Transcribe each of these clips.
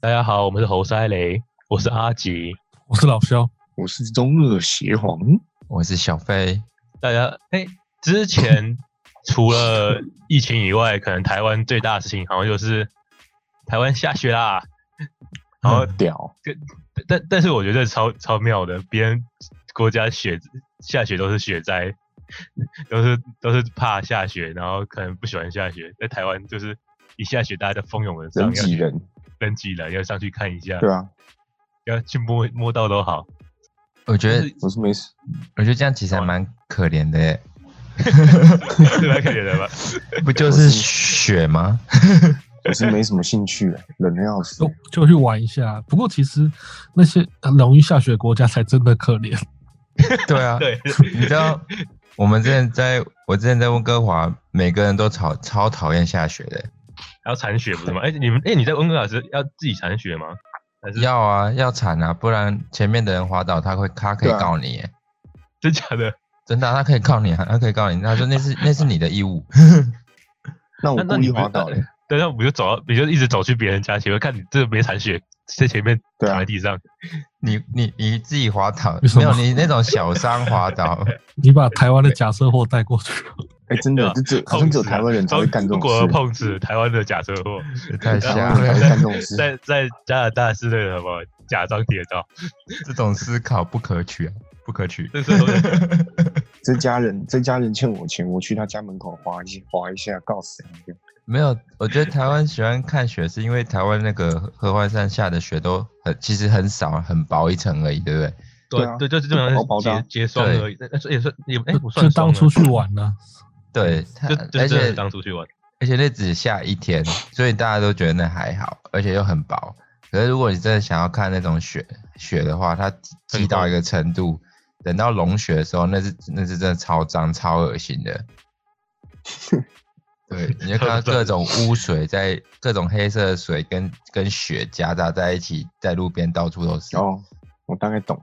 大家好，我们是猴塞雷，我是阿吉。我是老肖，我是中二邪皇，嗯我是小飞，大家哎、之前除了疫情以外，可能台湾最大的事情好像就是台湾下雪啦。然后，屌，但但但是我觉得超超妙的，别人国家雪下雪都是雪灾， 都是都是怕下雪，然后可能不喜欢下雪。在台湾就是一下雪，大家都蜂拥而上，人要挤人，人挤人，要上去看一下，对啊，要去摸摸到都好。我觉就得是我是没事，我觉得这样其实还蛮可怜的耶，是蛮可怜的吧？不就是雪吗？我是没什么兴趣的，冷的要死就，就去玩一下。不过其实那些呃容易下雪的国家才真的可怜。 对啊，对，你知道我们之前在我之前在温哥华，每个人都超超讨厌下雪的，还要铲雪不是吗？哎、你们哎、你在温哥华是要自己铲雪吗？ 还是要啊要惨啊，不然前面的人滑倒，他会他可以对啊告你耶，真假的？真的啊、他可以告你啊，他可以告你，他说那是那是你的义务，那我那那故你意不是滑倒嘞，对，那我们就走啊到，你就一直走去别人家前面，看你这没铲雪，在前面对啊躺在地上，你你你自己滑倒为，什么没有你那种小伤滑倒，你把台湾的假车祸带过去，哎，真的，对这只好像只有台湾人才会干这中种国事，嗯碰瓷，台湾的假车祸，太台瞎湾人才会了，干这种 事，在在加拿大是那个什么假装跌倒，这种思考不可取啊，不可取。这是我的这家人这家人欠我钱，我去他家门口滑一下滑一下，告死他这样没有，我觉得台湾喜欢看雪，是因为台湾那个合合欢山下的雪都很，其实很少，很薄一层而已，对不对？ 对啊对，就是基本薄上薄的啊结结霜对而已，那那也算也哎 就不算就当初霜去玩呢、对，它啊，就就真的而是且当初去玩，而且那只下一天，所以大家都觉得那还好，而且又很薄。可是如果你真的想要看那种雪雪的话，它积到一个程度，等到融雪的时候，那是那是真的超脏、超恶心的。对，你就看到各种污水在各种黑色的水跟跟雪夹杂在一起，在路边到处都是。哦，我大概懂，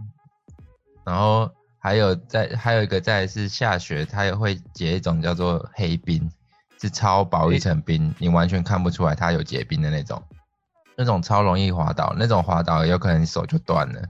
然后还有在还有一个在是下雪，它也会结一种叫做黑冰，是超薄一层冰，你完全看不出来它有结冰的那种，那种超容易滑倒，那种滑倒有可能你手就断了。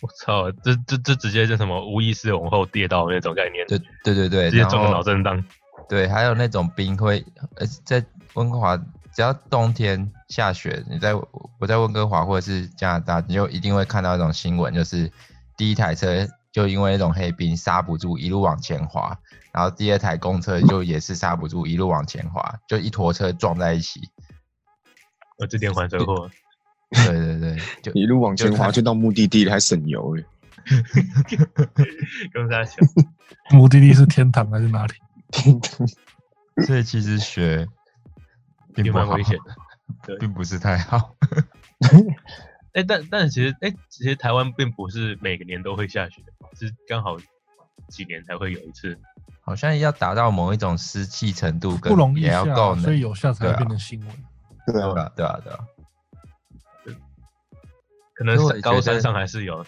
我操，这这这直接就什么无意识往后跌倒那种概念，对对对对，直接然中个脑后震荡，对，还有那种冰会，呃，在温哥华只要冬天下雪，你在我在温哥华或者是加拿大，你就一定会看到一种新闻，就是第一台车就因为那种黑冰刹不住，一路往前滑，然后第二台公车就也是刹不住，一路往前滑，就一坨车撞在一起。我这连环车祸，对对对，就一路往前就滑看就到目的地了，还省油嘞， 跟大家讲。目的地是天堂还是哪里？所以其实雪并也不蛮好危险的。对并不是太好。 哎、但但其实，哎、其实台湾并不是每个年都会下雪，是刚好几年才会有一次。好像要达到某一种湿气程度，跟不容易也下要够啊，能，所以有下才对会啊变成新闻。对啊对，啊对啊对啊。可能可我是也高觉山得上还是有，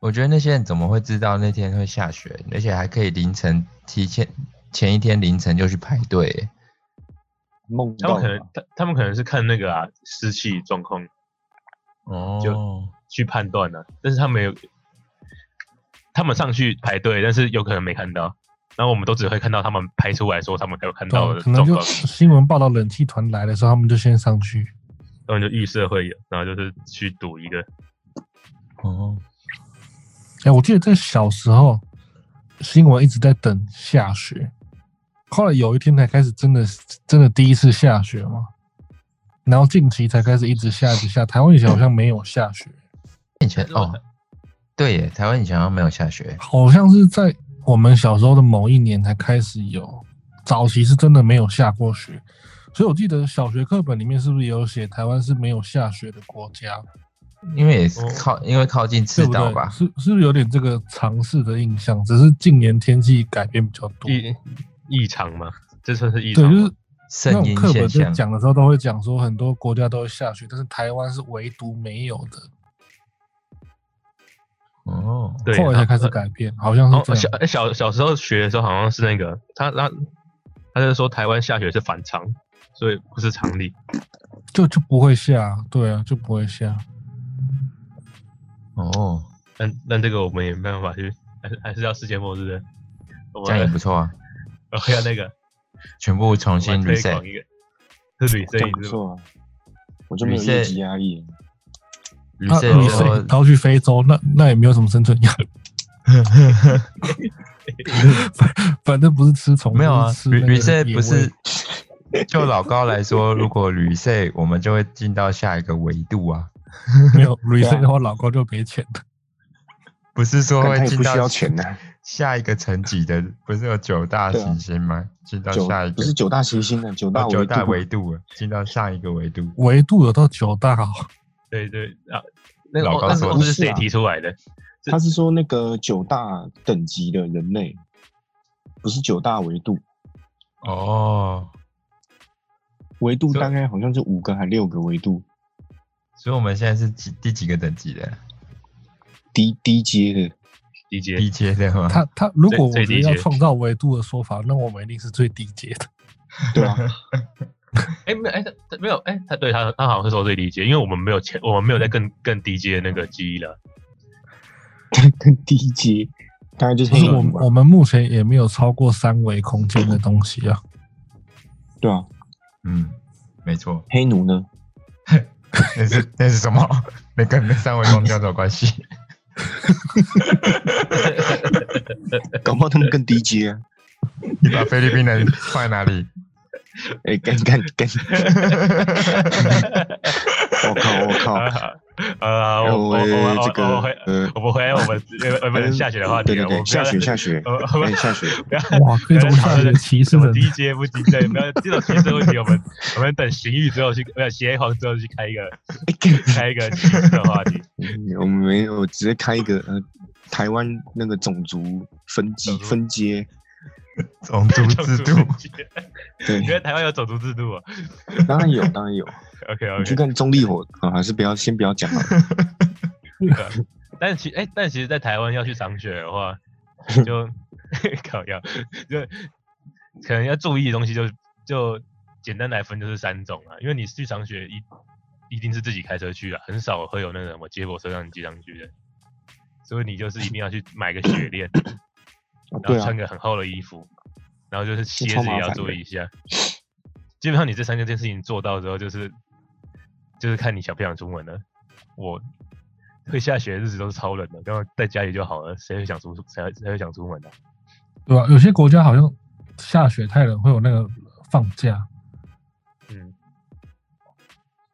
我觉得那些人怎么会知道那天会下雪，而且还可以凌晨提前前一天凌晨就去排队欸耶？梦他们到可能他他们可能是看那个啊湿气状况哦，去判断的、但是他们有他们上去排队，但是有可能没看到，然后我们都只会看到他们拍出来说他们有看对啊、到的可能状就况，新闻报道冷气团来的时候，他们就先上去。他们就预设会有，然后就是去赌一个。哦，哎、我记得在小时候，新闻一直在等下雪，后来有一天才开始真的真的第一次下雪嘛，然后近期才开始一直下一直下。台湾以前好像没有下雪，以前是哦，对耶，台湾以前好像没有下雪，好像是在我们小时候的某一年才开始有，早期是真的没有下过雪，所以我记得小学课本里面是不是也有写台湾是没有下雪的国家，因为也是哦靠、因为靠近对赤不道对？吧，是是不是有点这个尝试的印象？只是近年天气改变比较多。异异常嘛，这算是异对，常就吗是。那圣种音课本现在象。讲的时候，都会讲说很多国家都会下雪，但是台湾是唯独没有的。哦，对，后来才然开始改变，好像哦是，这小样。哎小小时候学的时候好像是那个，他他他就说台湾下雪是反常，所以不是常理。就就不会下，对啊，就不会下。哦，但但这个我们也没办法去，还是还是要世界末日的。我这样也们不错啊，我们要那个全部重我新们推广 reset。一个，是旅这摄样影不是吗？错啊，我就没有业绩压力。那你你说谁，reset 然后去非洲，那那也没有什么生存压力，之后，反正不是吃虫，没有啊就是吃那个，reset 野不味 是。就老高来说，如果 reset，我们就会进到下一个维度啊，没有对 reset 啊的话，老高就没钱的。不是说但他会也进不需到要钱啊呐、下一个层级的，不是有九大对啊行星吗？进到九下一个不是九大行星啊，九大哦九维大度。维度了，进到上一个维度。维度有到九大哦，对对啊，那个老哦高那说个的公司是不是谁啊提出来的？他是说那个九大等级的人类，不是九大维度，哦，维度所以大概好像就五个还六个维度，所以我们现在是几第几个等级的？低低阶的。 DJ 低阶的吗？他他如果我最觉最得低要阶创造维度的说法，那我们一定是最低阶的。对 啊，哎，没有，哎，他他没有，哎，他对他他好像是说最低阶，因为我们没有钱，我们没有在更更低阶的那个记忆了。更低阶，大概就是就是黑我奴们吧我。们目前也没有超过三维空间的东西 啊。对啊，嗯，没错。黑奴呢？那是 那是什么？那跟那三维空间有什么关系？ 搞不好他们更低阶啊！你把菲律宾人放在哪里？ 哎、干干干！我靠， 我 靠！呃，啊我我我呃，我这个我回 呃，我们回来我们我们下雪的话题对了，对我们不要对，下再 雪下雪，呃，哎、下 雪，不要哇，可以这么下去歧视什么人，低阶不低阶，不要这种歧视问题，我们我们等刑狱之后去，没有邪皇之后去开一个哎、干！开一个歧视的话 题，嗯我们没有，直接开一个呃，台湾那个种族分级种族 分阶，种族制度，对你，觉得台湾有种族制度哦当然有，当然有。 ？OK 你 OK 去。看中立火啊，还是不要先不要 讲了。啊但其哎、但其实，在台湾要去赏雪的话，就 搞要就可能要注意的东西就，就简单来分就是三种啊，因为你去赏雪一一定是自己开车去啊，很少会有那个什么接驳车让你接上去的，所以你就是一定要去买个雪链，然对后啊穿，个很厚的衣服，然后就是鞋超子麻也要烦注的意一下。 基本上你这三件事情做到之后，就是就是看你想不想出门了。我会下雪的日子都是超冷的，然后在家里就好了，谁会想出谁会谁会想出门呢、啊？对吧、有些国家好像下雪太冷会有那个放假，嗯，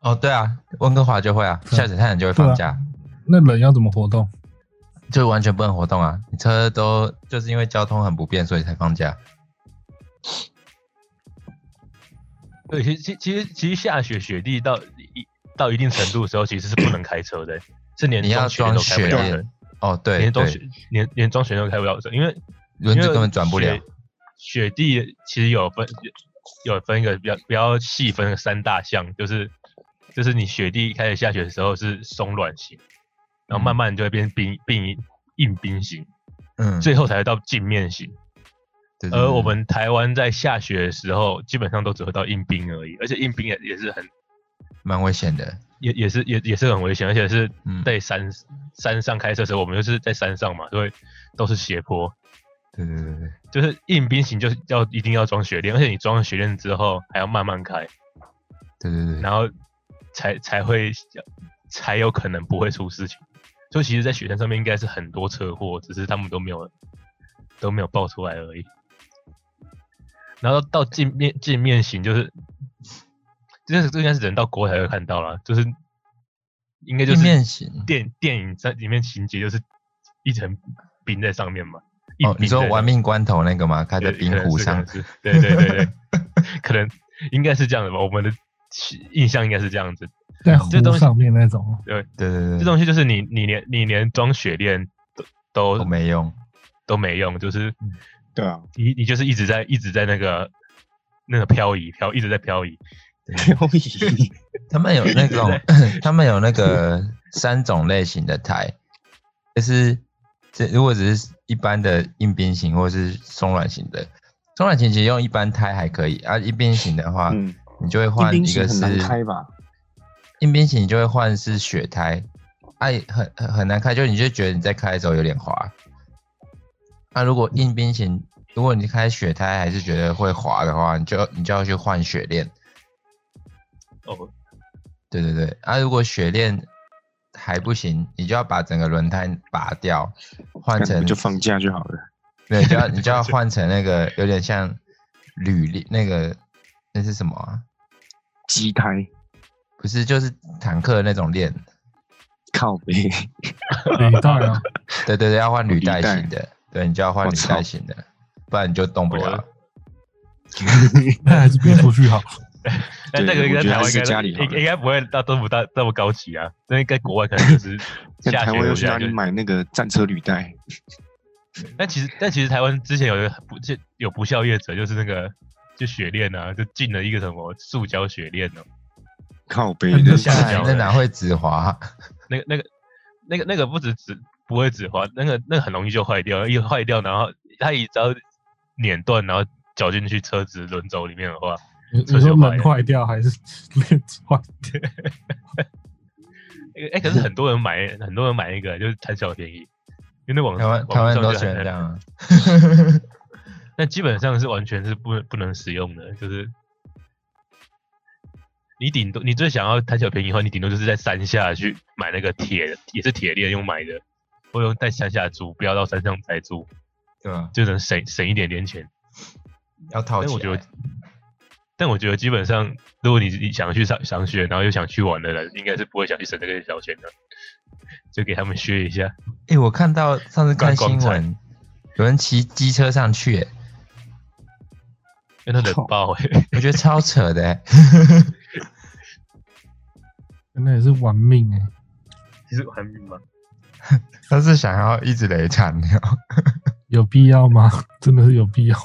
哦，对啊，温哥华就会啊，下雪太阳就会放假，那人要怎么活动？就完全不能活动啊。你车都就是因为交通很不便，所以才放假。对，其实其其实其实下雪雪地到一到一定程度的时候，其实是不能开车的， 是连你要雪装都开不雪了车，链。哦，对连装对，雪连连装雪都开不了车，因为轮子根本转不了因为。雪。雪地其实有分有分一个比较比较细分的三大项，就是就是你雪地开始下雪的时候是松软型，然后慢慢就会变冰冰硬冰型，嗯，最后才会到镜面型。对对而我对们台湾在下雪的时候，基本上都只会到硬冰而已，而且硬冰也也是很蛮危险的。也也是也也是很危险，而且是嗯在山、山上开车的时候，我们就是在山上嘛，所以都是斜坡，对对对对，就是硬冰型就是要一定要装雪链，而且你装了雪链之后还要慢慢开，对对对。然后才才会才有可能不会出事情。所以其实，在雪山上面应该是很多车祸，只是他们都没有都没有爆出来而已。然后到镜面镜面型就是，就是这应该是人到国外才会看到啦，就是应该就镜是面型电电影在里面情节就是一层冰在上面嘛。哦，一你冰说在玩上命关头那个吗？开在对冰可能湖是可上能。是对对对 对，可能应该是这样的吧。我们的起印象应该是这样子。在这东湖西上面那种，对对对，这东西就是你你连你连装雪链都都都没用。都没用，就是对啊， 你你就是一直在一直在那个那个漂移漂一直在漂移。漂 移，他们有那种， 他们有那个三种类型的台，就是这如果只是一般的硬冰型或是松软型的，松软型其实用一般胎还可以啊，硬冰型的话，嗯，你就会硬换冰一型个很是难开吧？硬冰型你就会换是雪胎，哎、很很很难开，就你就觉得你在开的时候有点滑。那、如果硬冰型，如果你开雪胎还是觉得会滑的话，你就你就要去换雪链。哦，对对对，啊，如果雪链还不行，你就要把整个轮胎拔掉，换那成你就放假就好了。对，你就要 你就要换成那个有点像履历那个那是什么啊？机胎不是，就是坦克那种链。靠背，履带啊，对对对，要换履带履带型的，对，你就要换我履操带型的，不然你就动不我了。那还是别出去好。但那个对应我该觉得台还湾是应家该里好应了应该不会到这么大这么高级啊，那应该国外可能就是 在下雪台湾我要觉去得哪还里是买那个战车履带？但其实，但其实台湾之前有一个不就有不孝业者，就是那个就雪链啊，就进了一个什么塑胶雪链哦、靠背，那那 下是来那哪会直滑？那个那个那个那个不止只不会只滑，那个那个很容易就坏掉，一坏掉，然后它一只要碾断，然后绞进去车子轮轴里面的话，你车你就说坏门了坏掉还是 链子坏掉？哎、哎可是很多人买，很多人买那个就是贪小便宜，因为那网台湾网台湾上很多就喜很欢这样啊。那基本上是完全是不能不能使用的，就是你顶多你最想要贪小便宜的话，你顶多就是在山下去买那个铁，也是铁链用买的，或者在山下租，不要到山上再租， 对啊，就能省省一点点钱。要套哎但我起觉得来。，但我觉得基本上，如果你你想去上上学，然后又想去玩的人，应该是不会想去省这个小钱的，就给他们削一下。哎、我看到上次看新观光闻，有人骑机车上去、欸，因为他冷靠爆、欸，我觉得超扯的、欸。 那也是玩命哎、 其实还蛮他是想要一直累惨的。 有必要吗？ 真的是有必要？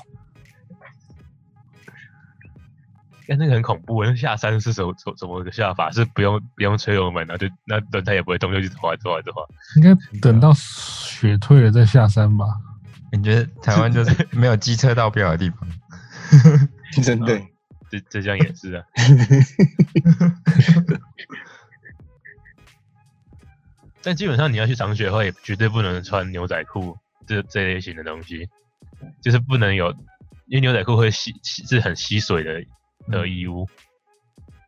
但 那个很恐怖欸，那下山是什么怎怎么个下法？是不用不用吹油门，然后就那轮胎也不会动，就一直滑一直滑一直滑。应该等到雪退了再下山吧。你觉得台湾就是没有机车道标的地方？真的嗯这浙江也是 啊，但基本上你要去赏雪的话，也绝对不能穿牛仔裤这这类型的东西，就是不能有，因为牛仔裤会吸吸是很吸水的的衣物，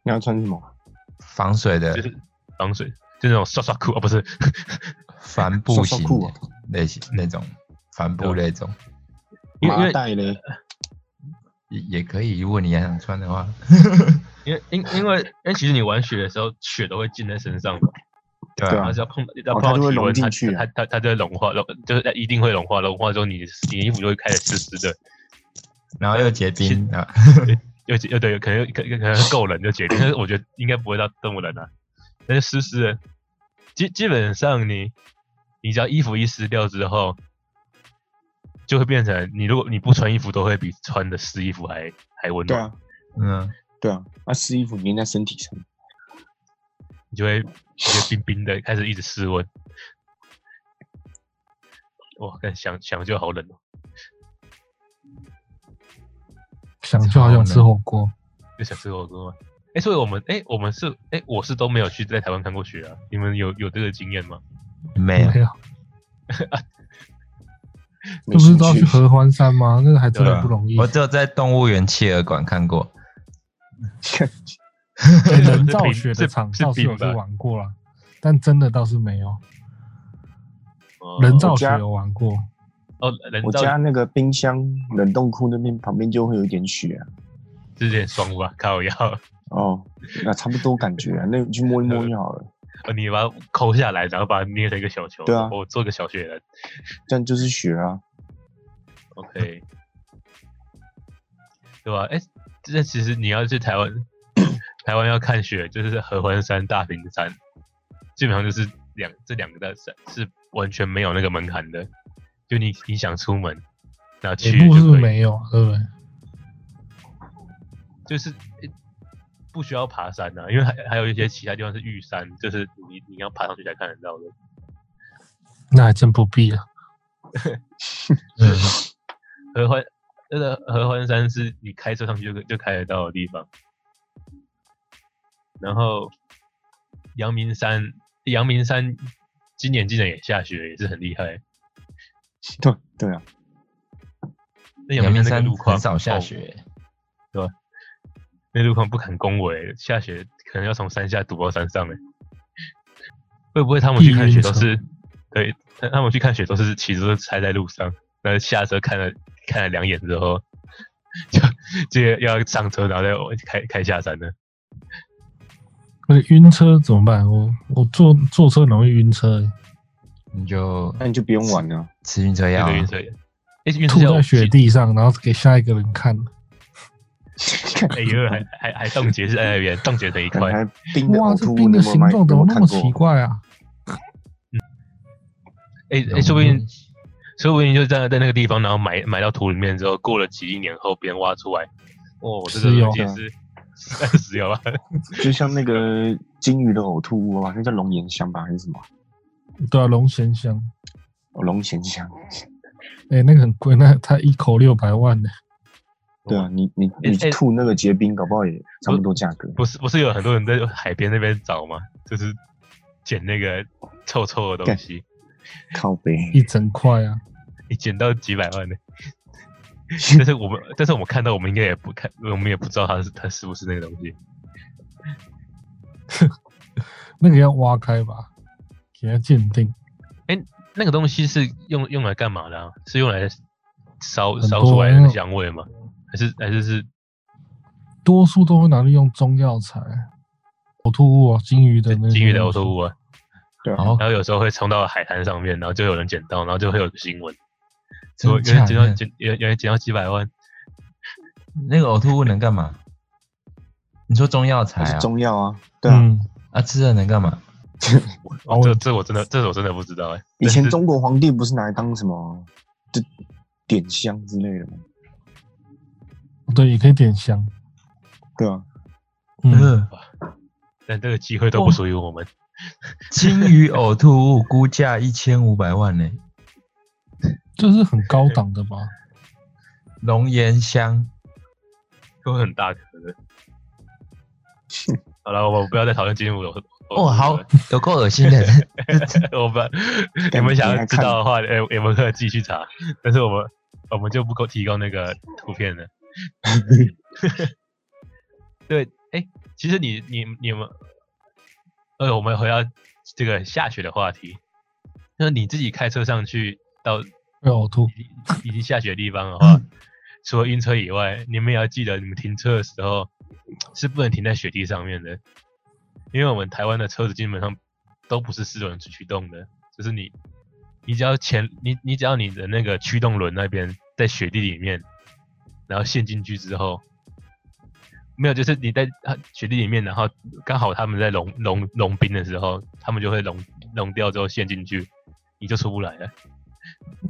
你要穿什么？防水的就是防水，就那种刷刷裤哦，不是帆布瘦型瘦裤哦的类型那种，帆布啊那种因为因麻为嗯袋嘞？也也可以。如果你还想穿的话， 因为因因为因为其实你玩雪的时候，雪都会浸在身上嘛，对对啊然啊后只要碰到只要哦碰它到就会体融温，进它去它啊它它就会融化，融就是一定会融化，融化之后你你衣服就会开始湿湿的，然后又结冰啊，又又呃对，可能可可可能够冷就结冰，但是我觉得应该不会到这么冷啊，但是湿湿的，基基本上你你只要衣服一湿掉之后，就会变成你如果你不穿衣服都会比穿的湿衣服还还温对暖，啊，嗯，对啊，那湿衣服粘在身体上，你就会你就会冰冰的开始一直室温，哇，但想想就好冷哦。想就好想吃火锅，就想吃火锅吗？哎、所以我们哎、我们是哎、我是都没有去在台湾看过雪啊。你们有有这个经验吗？没有没有，这没不是兴都要去趣。合欢山吗？那个还真对的啊不容易我，只有在动物园企鹅馆看过， 对人造是雪是的场是哦倒是有冰去吧玩过啦，但真的倒是没有。人造雪有玩过，哦，人 我造家那个冰箱冷冻库那边旁边就会有一点雪啊。是有点爽吧？靠腰，哦，那差不多感觉啊，那你去摸一摸就好了，哦你把它抠下来，然后把它捏成一个小球，对啊我做个小雪人。这样就是雪啊。 OK，对吧？哎、这其实你要去台 湾，台湾要看雪，就是合欢山、大平山，基本上就是两这两个的山是完全没有那个门槛的，就你你想出门，然后北去部是就不是可以，没有啊？对不对？就是、诶不需要爬山啊，因为还还有一些其他地方是玉山，就是你你要爬上去才看得到的。那还真不必啊。合欢那个合欢山是你开车上去就可就开得到的地方。然后阳明山，阳明山今年竟然也下雪，也是很厉害。对对啊，那阳明明那个山路况很少下哦雪，那路况不敢恭维，下雪可能要从山下堵到山上了。会不会他们去看雪都是，对，他他们去看雪都是其实都是踩在路上，然后下车看了看了两眼之后， 就就要上车，然后再往开开下山了。而且晕车怎么办？我我坐坐车容易晕车、欸，哦你就那你就不用玩了。吃晕车这药个啊，晕车，哎、晕车哦吐药在雪地上，然后给下一个人看。哎呦， 还还还冻结是在那边冻结成一感块，觉冰的哇，呕这吐物冰的你有形没有买状怎有么没有那么看过奇怪啊？哎哎，说不定说不定就在在那个地方，然后埋埋到土里面之后，过了几亿年后，别人挖出来，哦，这个石油嗯也是 石油啊，就像那个金鱼的呕吐物啊，那叫龙涎香吧，还是什么对啊，龙涎香，哦龙涎香？哎、那个很贵，那它一口六百万呢、对啊，你你哎你哎吐那个结冰，搞不好也差不多价格。不是不是有很多人在海边那边找吗？就是捡那个臭臭的东西，靠背，一整块啊。你捡到几百万呢？但是我们但是我们看到，我们应该也不看，我们也不知道它是它是不是那个东西。那个要挖开吧，给他鉴定，那个东西是用用来干嘛的、啊？是用来烧很啊烧多出来的那香味吗？还是还是是多数都会拿去用中药材，呕吐物啊，金鱼的那金鱼的呕呕吐物啊？对啊，哦，然后有时候会冲到海滩上面，然后就有人捡到，然后就会有个新闻，真说有假人捡到的捡有有人捡到几百万，那个呕吐物能干嘛？你说中药材还是啊？中药啊，对啊。嗯，啊，吃了能干嘛？哦这这我真的这我真的不知道哎、以但前是中国皇帝不是拿来当什么就点香之类的吗？对，也可以点香，对啊， 嗯，呃但这个机会都不属于我们。金鱼呕吐物估价一千五百万呢，这是很高档的吧？龙涎香哦都很大可能。好了，我们不要再讨论金鱼了。，哦，好有够恶心的， 我们你感们觉想要还知看道的话，呃，我们可以继续查，但是我们我们就不够提供那个图片了。对，哎、其实你你你们，呃，我们回到这个下雪的话题，那你自己开车上去到会呕吐，已经已经下雪的地方的话，除了晕车以外，你们也要记得，你们停车的时候是不能停在雪地上面的，因为我们台湾的车子基本上都不是四轮驱动的，就是你，你只要前你你只要你的那个驱动轮那边在雪地里面，然后陷进去之后。没有，就是你在啊雪地里面，然后刚好他们在融融融冰的时候，他们就会融融掉之后陷进去，你就出不来了。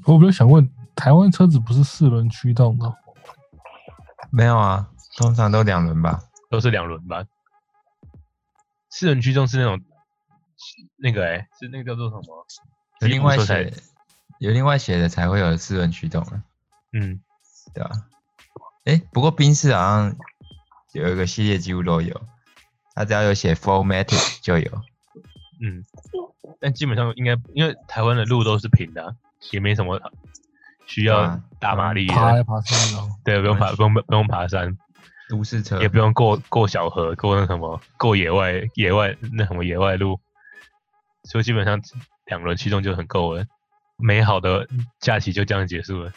我比较想问，台湾车子不是四轮驱动的哦，没有啊，通常都两轮吧。都是两轮吧。四轮驱动是那种那个哎、是那个叫做什么？有另外吉普车才写，有另外写的才会有四轮驱动啊，嗯，对吧、哎、不过宾士好像有一个系列几乎都有，它只要有写 Formatic 就有。嗯但基本上应该因为台湾的路都是平的啊、也没什么需对要啊大马力的，爬来爬去的哦，对，不用爬，没不用不用爬山，都市车也不用过过小河，过那什么，过野外野外那什么野外路，所以基本上两轮驱动就很够了。美好的假期就这样结束了。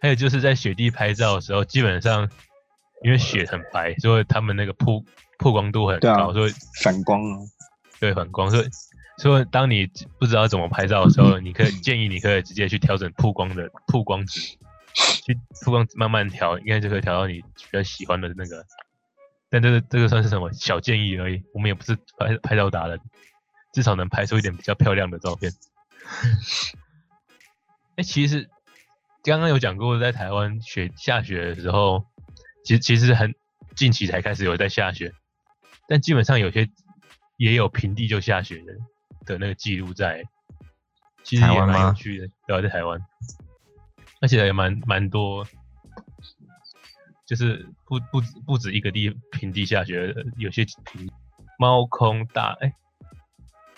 还有就是在雪地拍照的时候，基本上因为雪很白，所以他们那个曝曝光度很对啊高，所以反光啊，对反光，所以所以当你不知道怎么拍照的时候，你可以建议你可以直接去调整曝光的曝光值，去曝光值慢慢调，应该就可以调到你比较喜欢的那个。但这个这个算是什么小建议而已，我们也不是拍拍照达人，至少能拍出一点比较漂亮的照片。 哎、其实刚刚有讲过，在台湾雪下雪的时候，其实其实很近期才开始有在下雪，但基本上有些也有平地就下雪的的那个记录在，其实台也湾蛮有吗趣的，对啊，在台湾，而且也蛮蛮多，就是不不止不止一个地平地下雪，有些平猫空大哎、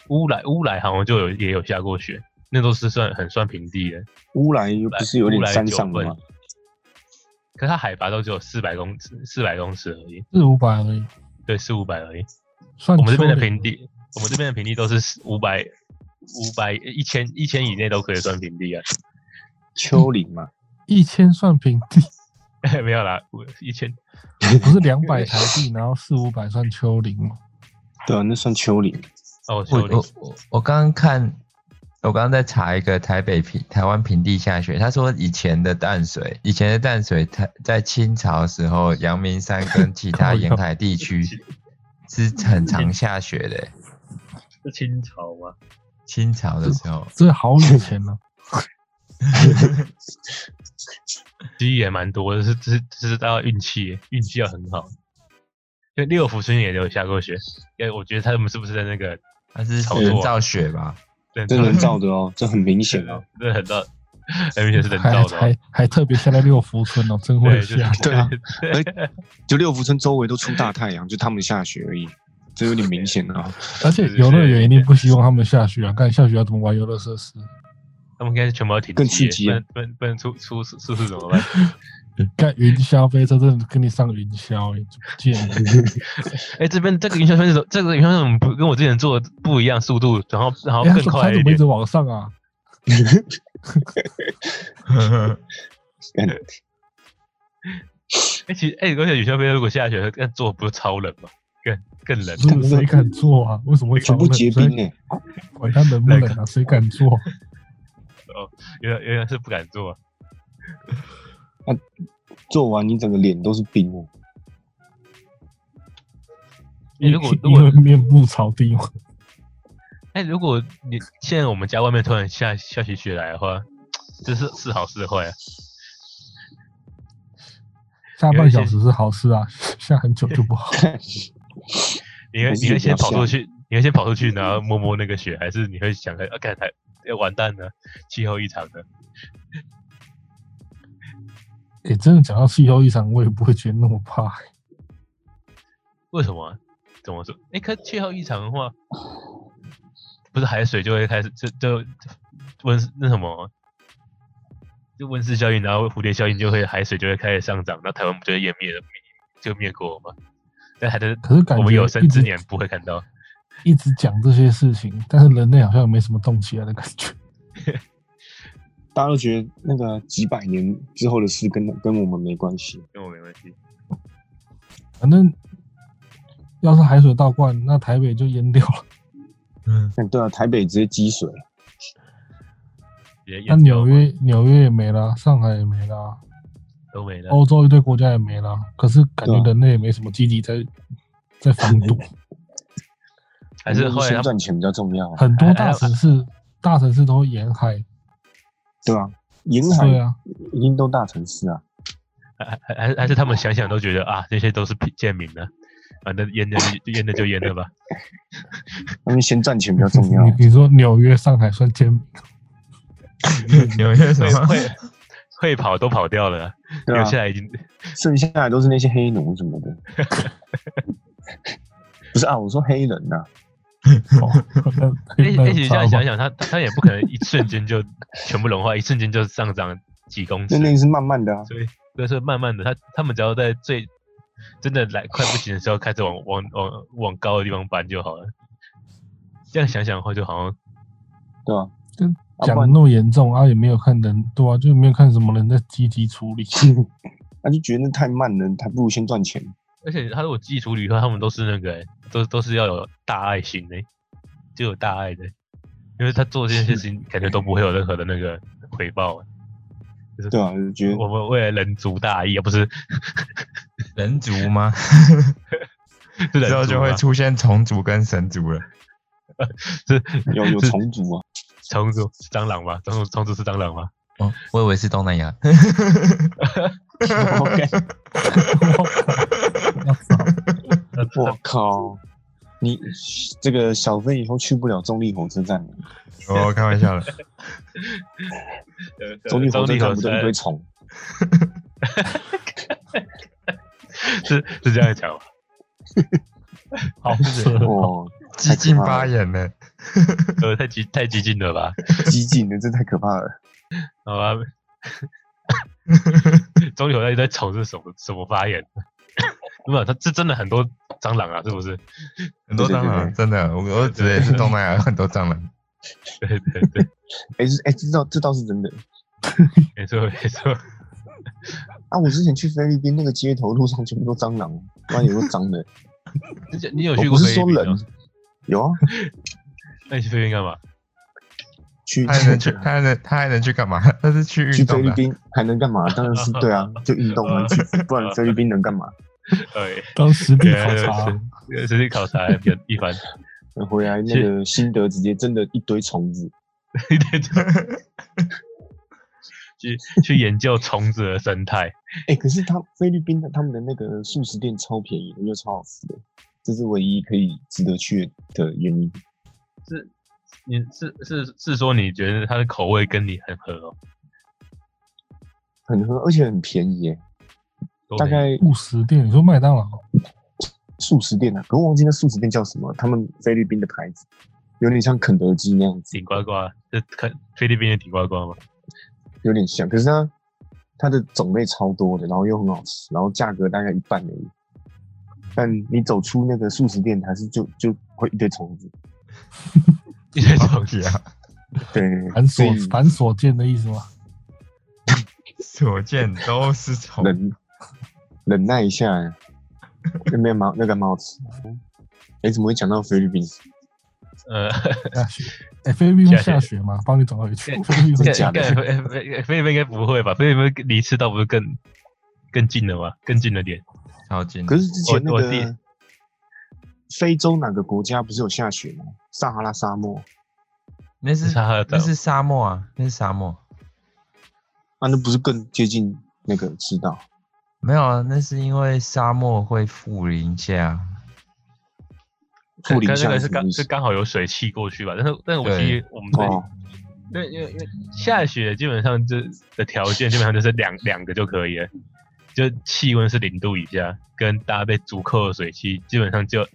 乌来乌来好像就有也有下过雪，那都是算很算平地的。乌来又不是有乌点来山九上的份吗？可它海拔都只有四百公尺，四百公尺而已，四五百而已，对，四五百而已。算我们这边的丘陵平地，我们这边的平地都是五百、五百、一千、一千以内都可以算平地啊。 丘陵嘛，一千算平地，没有啦，我一千不是两百台币，然后四五百算丘陵嘛？对啊，那算丘陵。哦，我丘陵我我我刚刚看，我刚刚在查一个台北平台湾平地下雪，他说以前的淡水，以前的淡水，它在清朝的时候，阳明山跟其他 靠沿腰海地区是很常下雪的。是清朝吗？清朝的 时候，这好啊以前了、其实也蛮多的，是只是只是大家运气耶，运气要很好。因为六福村也有下过雪，因为我觉得他们是不是在那个它是炒人作造雪 吧？ 人这人造的哦，这很明显真哦的。真的很 造，很明显是人还造的、哦还。还特别下在六福村哦，真会对，就是 下。对啊对就六福村周围都出大太阳，就他们下雪而已，这有点明显啊。而且游乐园一定不希望他们下雪啊，看下雪要怎么玩游乐设施？他们应该是全部要停更机耶刺激不啊然不然不然出出出出事怎么办？ 看云霄飞车真的跟你上云霄、欸，就不见 了。哎、这边这个云霄飞车，这个云霄飞车不跟我之前做的不一样速度，然后然后哎、他更怎么他快怎一么一点直。往上啊？哎、其实哎、而且云霄飞车如果下雪，那坐不是超冷吗？更更冷。是谁敢做啊？为什么会全部结冰哎、谁管他能不能啊？谁敢 做？原来原来是不敢做，做完你整个脸都是冰哦。哎如果 如因果为面部朝地 嘛，哎、如果你现在我们家外面突然下下起雪来的话，这是是好是坏啊？下半小时是好事啊， 下很久就 不好。你会还是你会有先比较跑出像去，你会先跑出去，然后摸摸那个雪，还是你会想看，啊，看才要完蛋了，气候异常的，哎、真的讲到气候异常，我也不会觉得那么怕、欸为什么啊、怎么说？哎、可气候异常的话，不是海水就会开始就就温室那什么，就温室效应，然后蝴蝶效应就会海水就会开始上涨，那台湾不就会湮灭了，就灭国嘛？但还是可是感我们觉有生一之直年不会看到。一直讲这些事情，但是人类好像没什么动起来的感 觉。大家都觉得那个几百年之后的事跟跟我们没关系。跟我没关系。反正要是海水倒灌，那台北就淹掉了。嗯，嗯，对啊，台北直接积水了，也也那纽约纽约也没了，上海也没了，都没了，欧洲一堆国家也没了。可是感觉对啊哎人类也没什么积极在在防 堵，还是哦后来先他们赚钱比较重要啊。很多大城市大城市都会沿海。对啊，沿海对啊，一定都大城市啊。还还还是还是他们想想都觉得啊，这些都是屁贱民呢、反正淹的就淹的就淹 了吧。因为先赚钱比较重要。 啊你你说纽约、上海算尖 纽约什会么？会会跑都跑掉了，对留啊，下来已 经剩下的都是那些黑奴什么的。不是啊，我说黑人呐、哦，而且那而且这样差哎想吧啊想，他他他也不可能一瞬间就全部融化，一瞬间就上涨几公尺那。那个是慢慢的啊。所以所以说慢慢的，他他们只要在最真的来快不行的时候，开始往往往往高的地方搬就好了。这样想想的话，就好像对啊，啊讲不得然那么严重啊，也没有看人对啊，就没有看什么人在积极处 理。他就觉得那太慢了，还不如先赚钱。而且他如果基础旅客，他们都是那个、欸，都都是要有大爱心的、就有大爱的、因为他做这件事情，感觉都不会有任何的那个回报、欸。对啊，就觉得我们为了人族大义，而不是人族吗？是人 之族后就会吗出现虫族跟神族了。是有有是重 组啊。虫族是蟑螂吗？虫族虫族是蟑螂吗？哦，我以为是东南亚。我靠！你这个小飞以后去不了中立火车站了，我哦开玩笑了，中立火中车立站火不车就一站堆虫？哎是是这样讲吗？好扯哦，哦，激进发言呢？呃，太激太激进了吧？激进的，这太可怕了。好吧， 中友在在吵这什么什么发言？ 没有，他这真的很多蟑螂啊，是不是？ 很多蟑对对对螂，对真的，我我指的也是东南亚有 很多蟑螂。对对对，哎、是哎、这倒这倒是真的。 没错没错。啊，我之前去菲律宾那个街头路上全部都蟑螂，妈有个 脏的。你你有我去不过是菲说律宾哦人吗？，有啊，那你去菲律宾干嘛？去他还能去，他还能，他还能去干嘛？ 他是去去运菲动律的。宾还能干嘛？当然是对 啊，就运动啊，去不然菲律宾能干嘛？对，当实地考原来察如，此实地考察还比较一般。 回来那个心得直接真的一堆虫子，对对对，去去研究虫子的生态。哎、可是他菲律宾的他们的那个素食店超便宜的，又超好吃的，这是唯一可以值得去的原因。是你是是是说你觉得它的口味跟你很合哦？很合，而且很便宜耶，都大没有概素食店，你说麦当劳，素食店啊，可我忘记那素食店叫什么，他们菲律宾的牌子，有点像肯德基那样子顶，呱呱，这看菲律宾的顶呱呱吗？有点像，可是它它的种类超多的，然后又很好吃，然后价格大概一半而已。但你走出那个素食店，还是就就会一堆虫子， 一堆 好虫奇子，啊！对，繁所以琐繁琐见的意思 吗？所见都是虫。忍忍耐 一下，那边蛮那个蛮好吃。哎、怎么会讲到菲律宾？ 呃，下雪，哎，菲律宾会下雪下雪吗？帮你转到 一 句，菲律宾应会该下假的应该菲菲菲律宾应该不会吧？菲律宾离赤道不是更更近了吗？更近了点。超近。可是之前那我我弟个非洲哪个国家不是有下雪吗？撒哈拉沙漠那是撒哈拉那是沙漠啊，那是沙漠。啊，那不是更接近那个赤道？没有啊，那是因为沙漠会负零下。富林但那下个是是什么刚意是思？刚好有水汽过去吧？但是但是我对其实我们哦，对，因为因为下雪基本上这的条件基本上就是两两个就可以了，就气温是零度以下，跟搭配足够的水汽，基本上就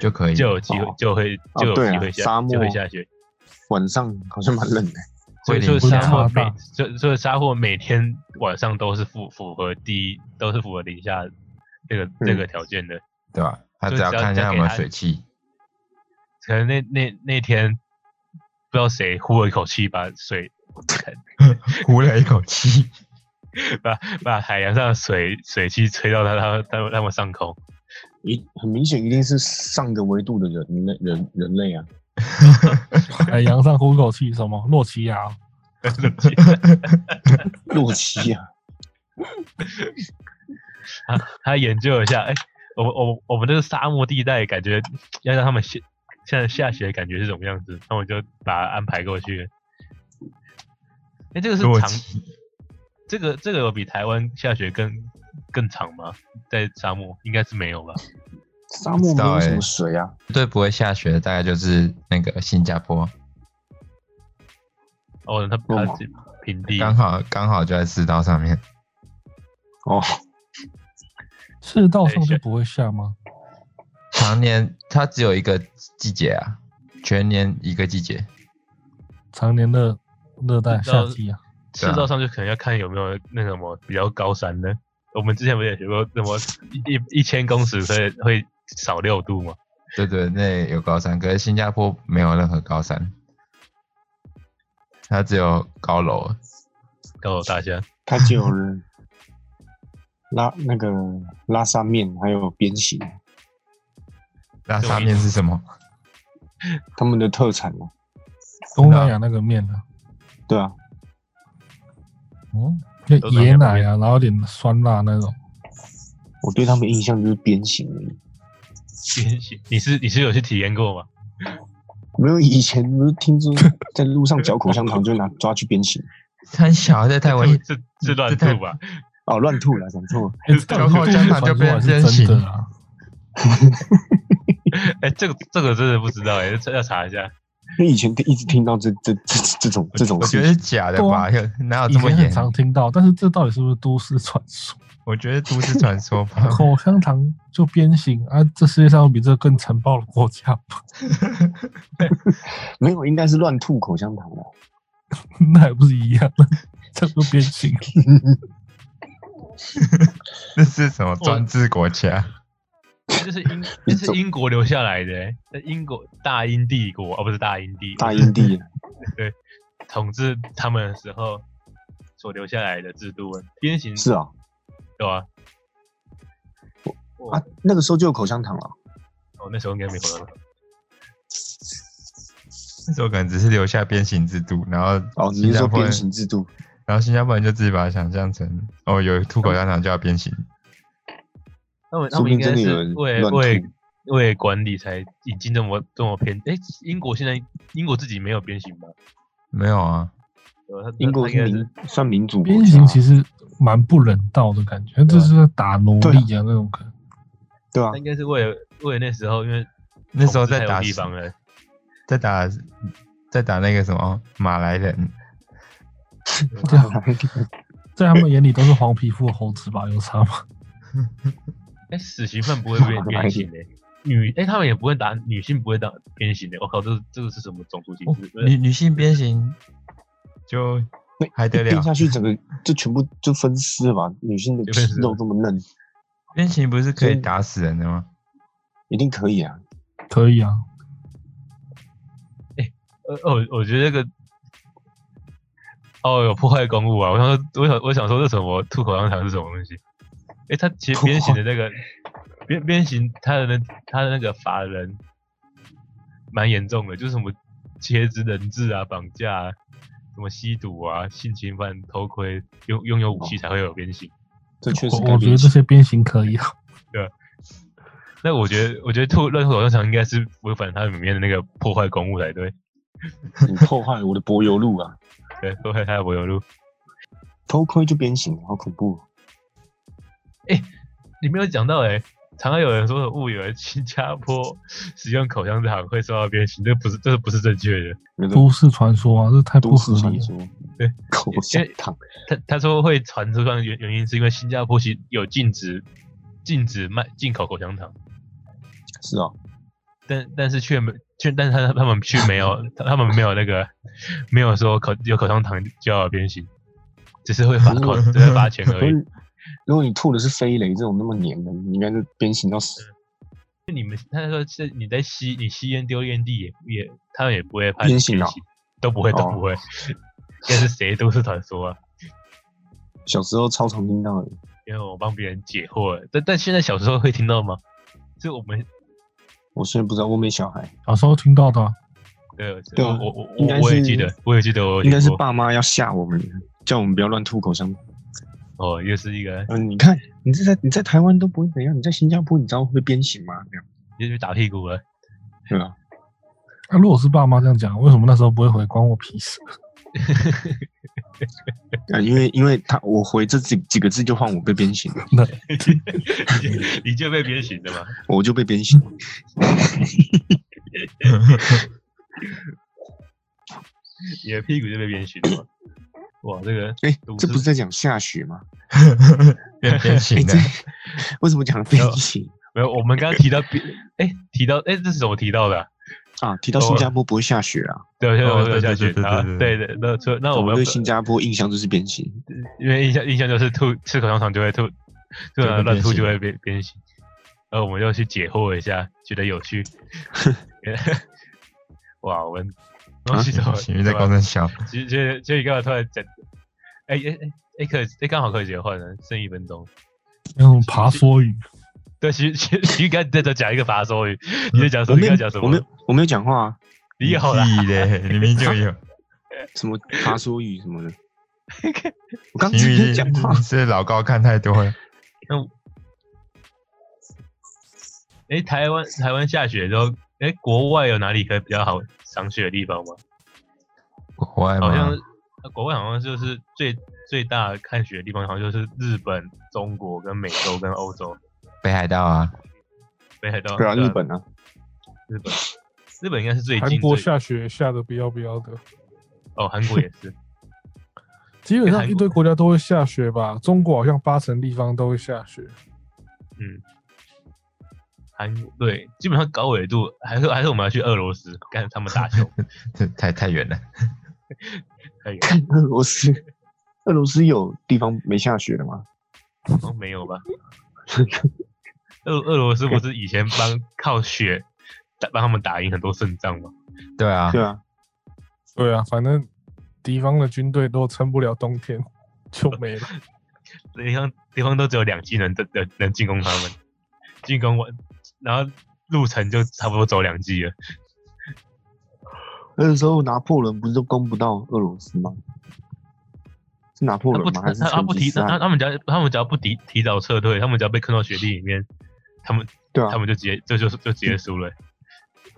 就可以就有机会哦就会就有对啊机会下沙漠就会下雪。晚上好像蛮冷的。所以会所以零下沙漠每大所以所以沙漠每天晚上都是符符合第一都是符合零下这嗯个这个条件的，对吧？他就只要只要看一下交有给没有他水汽，可能那那那天不知道谁呼了一口气把水 呼了一口气，把把海洋上的水水汽吹到他他他他们上空。一很明显，一定是上个维度的人类人人类啊！海哎洋上呼口气，什么洛奇亚哦，洛奇啊，他他研究一下，哎、我们我们我们这个沙漠地带，感觉要让他们下现在下雪的感觉是什么样子，那我就把它安排过去。哎、这个是洛长，奇这个这个有比台湾下雪更更长吗？在沙漠应该是没有吧？沙漠没有欸什么水啊，绝对不会下雪，大概就是那个新加坡，哦，它为什它么是平地，刚好刚好就在赤道上面，哦，赤道上对就是不会下吗？常年它只有一个季节啊，全年一个季节，常年的热带赤道夏季啊，赤道上就可能要看有没有那个什么比较高山的。我们之前不是也学过什么一一一千公尺会会少六度吗？对对，那有高山，可是新加坡没有任何高山，它只有高楼，告诉大家，它只有拉那个拉沙面，还有鞭刑，那上面是什么？他们的特产嘛、东南亚那个面啊，对啊，哦，就东南亚椰奶啊，然后有点酸辣 那种。我对他们印象就是鞭刑而已。边形，你是你是有去体验过吗？没有以前不是听说在路上嚼口香 糖就拿抓去鞭刑，很小，啊在台湾也是是乱吐吧？哦，乱吐了，讲错了，哎是这到底口香糖就变是成真真的形啊？哎、这个这个真的不知道哎、要查一下。因为以前一直听到这这这这这种这种我事觉情，啊得是假的吧？有哪有以这么前很 严？常听到，但是这到底是不是都市传说？，我觉得都市传说吧 口香糖就鞭刑啊！这世界上有比这更残暴的国家 吗？没有，应该是乱吐口香糖啊的。那还不是一样？这就鞭 刑。这是什么专制国家？这是 英，这是英国留下来的、欸，在英国大英帝国哦，不是大英帝，大啊英帝，统治他们的时候所留下来的制度，鞭刑 是啊对吧、啊？啊，那个时候就有口香糖了。我、哦、那时候应该没活到。那时候可能只是留下鞭刑制度，然后哦，你新是加说坡人鞭刑制度？然后新加坡人就自己把它想象成哦，有吐口香糖就要鞭刑，他们他说不们应定该真的有是人为乱吐。为为管理才引进这么这么偏。哎、英国现在英国自己没有鞭刑吧？没有啊，对吧他英国他应该是是民算民主国鞭家刑，其实蛮不人道的感觉，就是在打奴隶啊那种感觉。对啊他，应该是为了为了那时候，因为那时候统治在太有打地方了，在打在打那个什么马来人，这样啊在他们眼里都是黄皮肤的猴子吧？有差吗？哎、死刑犯不会被哪鞭里刑的、女哎、他们也不会打女性，不会打鞭刑的、我靠，这这个是什么种族歧哦视？女女性鞭刑就那还得了变？下去整个就全部就分尸了吧？女性的就皮分尸肉这么嫩，鞭刑不是可以真打死人的吗？一定可以啊！可以啊，呃哦，我觉得这个哦有破坏公物啊！我想说，我想我想说，这什么吐口香糖是什么东西？诶，他其实鞭刑的那个鞭鞭刑他的那他的那个法人蛮严重的，就是什么挟持人质啊、绑架、啊、什么吸毒啊、性侵犯、偷窥、拥拥有武哦器才会有鞭刑。这确实我该我觉得鞭这刑。些鞭刑可 以啊。那我觉得，我觉得吐乱吐口香糖应该是违反它里面的那个破坏公物才对，你破坏我的柏油路啊！对，破坏它的柏油路。偷窥就鞭刑，好恐怖！啊你没有讲到哎、常常有人说误以为新加坡使用口香糖会受到鞭刑，这不是，这是不是正确的？那个都市传说啊，这太不都市合理传了。说，对，口香糖，他他说会传出上的原原因是因为新加坡其实有禁止禁止卖进口口香糖，是啊，但但是却没却但是他他们却没有他们没有那个没有说口有口香糖就要有鞭刑，只是会罚不款，是只会罚钱如而果已。如果你吐的是飞雷这种那么黏的，你应该是鞭刑到死。嗯你们他说是你在吸你吸烟丢烟蒂也也他们也不会判鞭刑啊都不会都哦不会， 这、是谁都是传说啊。小时候超常听到的，因为我帮别人解惑了，但但现在小时候会听到吗？是我们我虽然不知道我没小孩，小时候听到的啊、对对啊呃我我应该我我也是记得，我也记得我有应该听是过爸妈要吓我们，叫我们不要乱吐口香糖。哦，又是一个嗯，你看你这在你在台湾都不会怎样，你在新加坡你知道会被鞭刑吗？这样又去打屁股了， 对吧？那、哎如果是爸妈这样讲，为什么那时候不会回？关我屁事！啊，因为因为他我回这几几个字就换我被鞭刑了，你就被鞭刑了嘛？我就被鞭刑。你的屁股就被鞭刑了嘛？哇，这个哎、我这是不是在讲下雪吗？变鞭 刑哎的这，为什么讲鞭刑没有，我们刚刚提到鞭，哎、提到哎、这是怎么提到的啊、啊？提到新加坡不会下雪啊，对，我现在哦我有对下对去对对啊，对对对，那所以那我我们对新加坡印象就是鞭刑。因为印象印象就是吐吃口香糖就会吐，对啊，就会乱吐变形就会变变形。然后我们就去解惑一下，觉得有趣。 哇，我们东西都啊情啊绪在高声笑，其实觉得就你刚才突然讲，哎哎哎哎，可以哎，刚好可以结换了，剩一分钟。那种 爬梭语，对，徐徐徐刚在这讲一个法术语，嗯你在讲什我么？没你在有讲什，我么没有？，我没有讲话啊， 你有啦，屁嘞，里面就 有什么爬梭语什么的。我刚刚情自己绪在讲话，是老高看太多 了，哎，台湾台湾下雪之后，哎，国外有哪里可以比较好赏雪的地方吗？国外好像吗？呃国外好像就是最最大看雪的地方，好像就是日本、中国跟美洲跟欧洲，北海道啊，北海道。对啊，日本啊，日本，日本应该是最近韩国最下雪下的不要不要的，哦，韩国也是。基本上韩一国堆国家都会下雪吧？中国好像八成地方都会下雪。韩国对，基本上高纬度还是还是我们要去俄罗斯干他们打 球，这太太远了。哎呦俄罗斯，俄罗斯有地方没下雪的吗？好像没有吧？ 俄俄罗斯不是以前帮靠雪打帮他们打赢很多胜仗吗？对啊，对啊，对啊，反正敌方的军队都撑不了冬天，就没了。地方地方都只有两技能能能能进攻他 们，进攻完，然后路程就差不多走两季了。那时候拿破仑不是都攻不到俄罗斯吗？是拿破他不仑吗？还是他他不成吉提思他他汗？他们只要他们只要不提提早撤退，他们只要被坑到雪地里面，他们对他啊，们就直接这就是就结束了。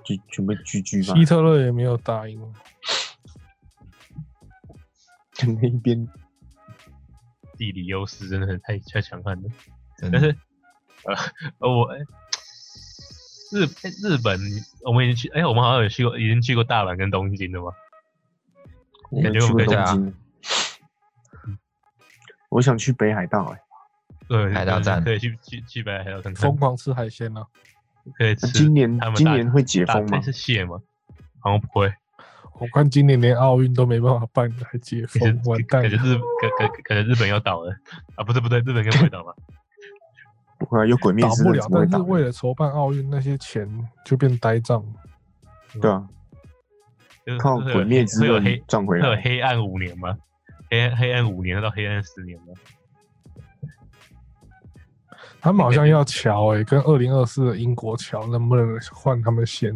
就全被狙击吧希。特勒也没有答应。 那一边地理优势真的很太太强悍了。真但的是呃呃我哎日哎日本我们已经去哎我们好像有去过已经去过大阪跟东京的吗？我没感觉有去我过们东对啊京，我想去北海道哎、对，海盗就是站可以去去去北海道看看疯，狂吃海鲜啊！可以吃今年他们今大年会解大封吗那？是蟹吗？好像不会，我看今年连奥运都没办法办，还 解感封，完觉蛋感觉了！日感感感觉日本要倒了啊！不对不对，日本应该不会倒吧？后啊来有鬼灭打之不刃了怎，么会但打是？为了筹办奥运，那些钱就变呆账。对啊，就是靠会有鬼灭之会有刃黑赚回会有来。黑暗五年吗？黑暗黑暗五年到黑暗十年吗？他们好像要瞧哎、跟二零二四的英国瞧能不能换他们先？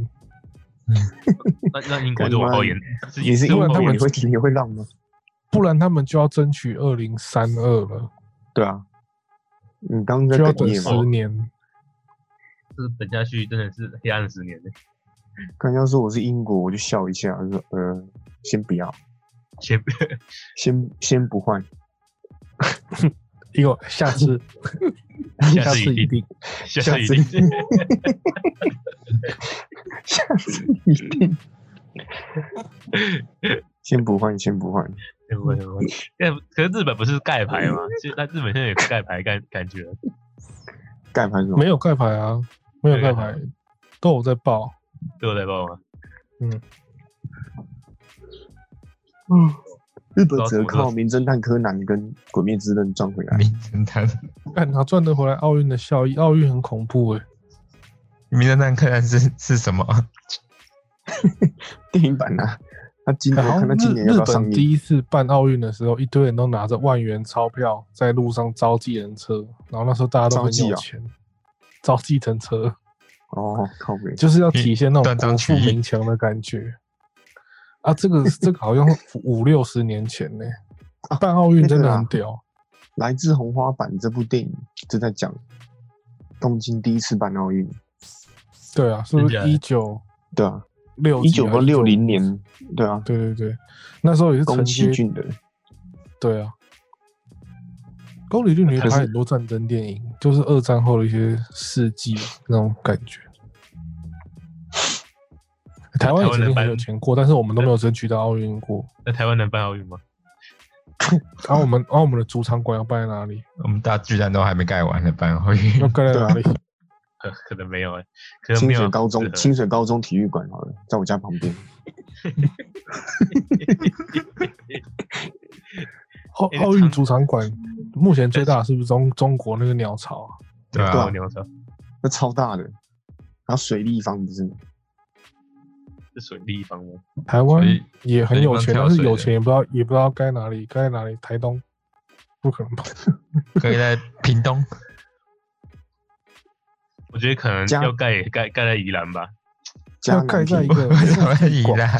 那那英国就往后延，是你是是英往国后人，延你会你会让吗？不然他们就要争取二零三二了，对啊，你当时就在要等等夜十吗？年。就是等下去真的是黑暗十年的。刚要说我是英国，我就笑一下，我说呃，先不要， 先不，先先不换， 一个下次下下次次一一定定。下次一次定下次一定， 先不换，先不换。先哎不会先不会。但可是日本不是盖牌吗？就那日本现在也盖牌感感觉了，盖盘什么？没有盖牌啊，没有没有盖盖牌，都有在报。对我在报吗？嗯日不知本道只什能么时候靠《名侦探柯南》跟《鬼灭之刃》赚回来。嗯名侦探，看他赚得回来奥运的效益，奥运很恐怖哎、名侦探柯南是是什么？电影版啊，他今我然后看他今日年要不日要上本映？第一次办奥运的时候，一堆人都拿着万元钞票在路上招计人车，然后那时候大家都很有钱，招计程车哦，靠北，就是要体现那种嗯断章国取富义民强的感觉。啊，这个这个好像五六十年前呢、哦办奥运啊真的很屌。来自红花坂》这部电影就在讲东京第一次办奥运，对啊，是不真是假的一九对啊，六一九六零？年， 对啊，对对对，那时候也是承宫崎接骏的，对啊，宫崎骏也可是拍很多战争电影，就是二战后的一些事迹那种感觉。台湾也曾经很有钱过，但是我们都没有争取到奥运过。那台湾能办奥运吗？然、后我们，然、啊后我们的主场馆要办在哪里？我们大巨蛋都还没盖完呢，办会要盖在哪里？啊可可能没有哎，可能清没有水高适中合清水高中体育馆好了，在我家旁边。奥哎奥运主场馆目前最大的是不是中中国那个鸟巢啊？对对啊，啊，鸟巢那超大的，然后水立方不是吗？是水立方吗？台湾所以也很有钱，所以但你们跳水的是有钱也不知道也不知道该哪里，该在哪里？台东不可能吧？可以在屏东。我觉得可能加要盖也盖盖在宜兰吧，加要盖南在一平个为什么在宜广兰？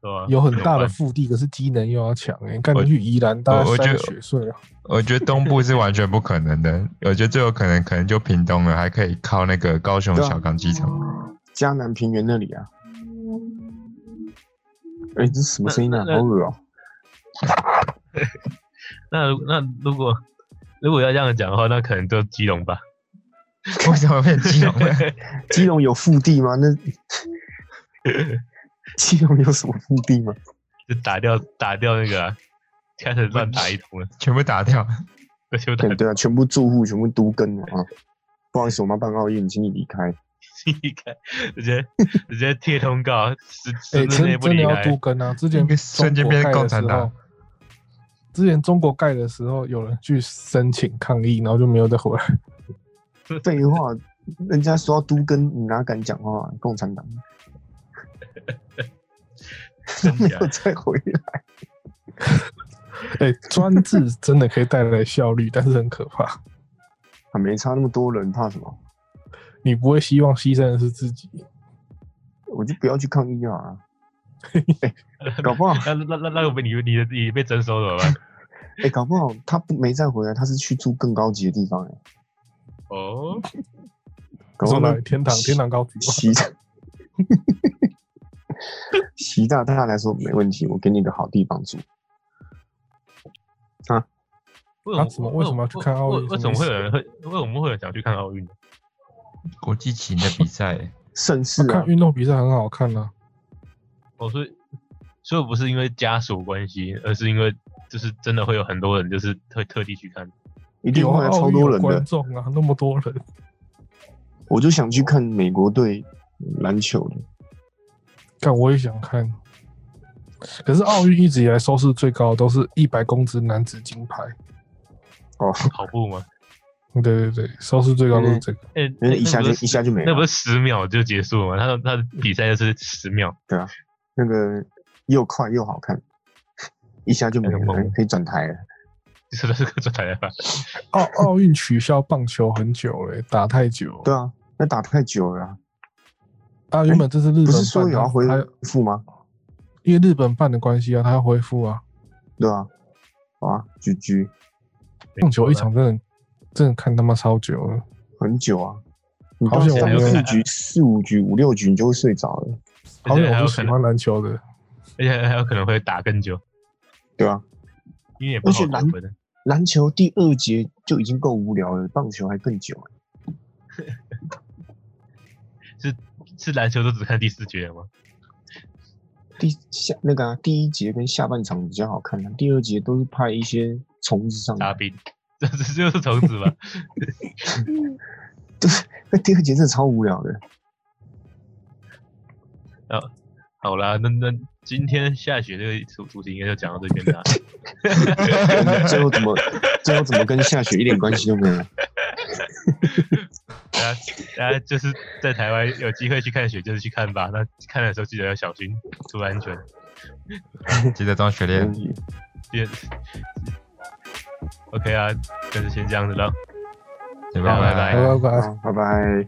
对啊吧？有很大怎么的腹地，可是机能又要强哎、欸，干得去宜兰大我概我觉三得个雪隧啊，我觉得东部是完全不可能的。我觉得最有可能可能就屏东了，还可以靠那个高雄对啊小港机场。 嘉南平原那里啊。哎、这是什么声音啊？那那好恶哦、办。那那如果如果要这样讲的话，那可能就基隆吧。 为什么变基隆了？基隆有腹地吗？那 基隆有什么腹地吗？就打掉打掉那个啊、开始乱打一通了，全部打掉。对，就打对对啊，全部住户全部都跟了啊！不好意思，我们要办奥运，请你离开。离开，直 接直接贴通告，十十哎，日内真不真离的要开多，跟啊！之前瞬间中国变成盖的共产时候党。之前中国盖的时候，有人去申请抗议，然后就没有再回来。 废话，人家说要都跟，你哪敢讲话、啊？共 产党真没假啊有？再回来。哎、专制真的可以带来效率，但是很可怕。啊，没差那么多人，怕什么？你不会希望牺牲的是自己。我就不要去抗议就好 了。搞不好，那那那那个被你你的你被征收了 吧？哎、搞不好他不没再回来，他是去住更高级的地方、欸，哦，搞不说好哪那啊里天堂？天堂高级吗？习 习大大来说没问题，我给你个好地方住。为啊什么为什么要去看奥运为为什什么么意思会有人会为什么会有人想去看奥运？国际型的比赛，盛世啊看，运动比赛很好看啊，我说，所以不是因为家属关系，而是因为就是真的会有很多人就是会特地去看。一定会啊来奥超运多有人观的。众啊，那么多人。我就想去看美国队篮球的，但我也想看。可是奥运一直以来收视最高的都是一百公尺男子金牌，跑步吗？对对对，收视最高都是这个。哎、因那为一下就一下就没那不了。是十秒就结束了吗？他的他的比赛就是十秒，那个又快又好看，一下就没那个了，哎梦可以转台了。就是这个状态啊吧。奥嗯奥运取消棒球很久了，欸打太久。对啊，那打太久了啊、啊，原本这是日本不办是说有要恢还有复吗？因为日本办的关系啊，他要恢复啊。对啊，好啊，居居棒球一场真的真的看他妈超久了，很久啊，你好到险我三没有四看局、四五局、五六局，你就会睡着了，好而且像还我有是可喜能，欢篮球的。而且还有可能会打更久，对啊，因为也不而好且打篮分。啊篮球第二节就已经够无聊了，棒球还更久、啊是是篮球都只看第四节吗？第下那个、啊、第一节跟下半场比较好看、啊，第二节都是派一些虫子上大来，兵， 这这就是虫子吧？那哎第二节真的超无聊的。好啦，那那今天下雪这个主主题应该就讲到这边啦。啊最后怎么最后怎么跟下雪一点关系都没有？大家大家就是在台湾有机会去看雪，就是去看吧。那看的时候记得要小心，注意安全。记得装雪没链问。题也 OK 啊，那就先这样子了，拜拜拜哎拜拜。好，拜拜。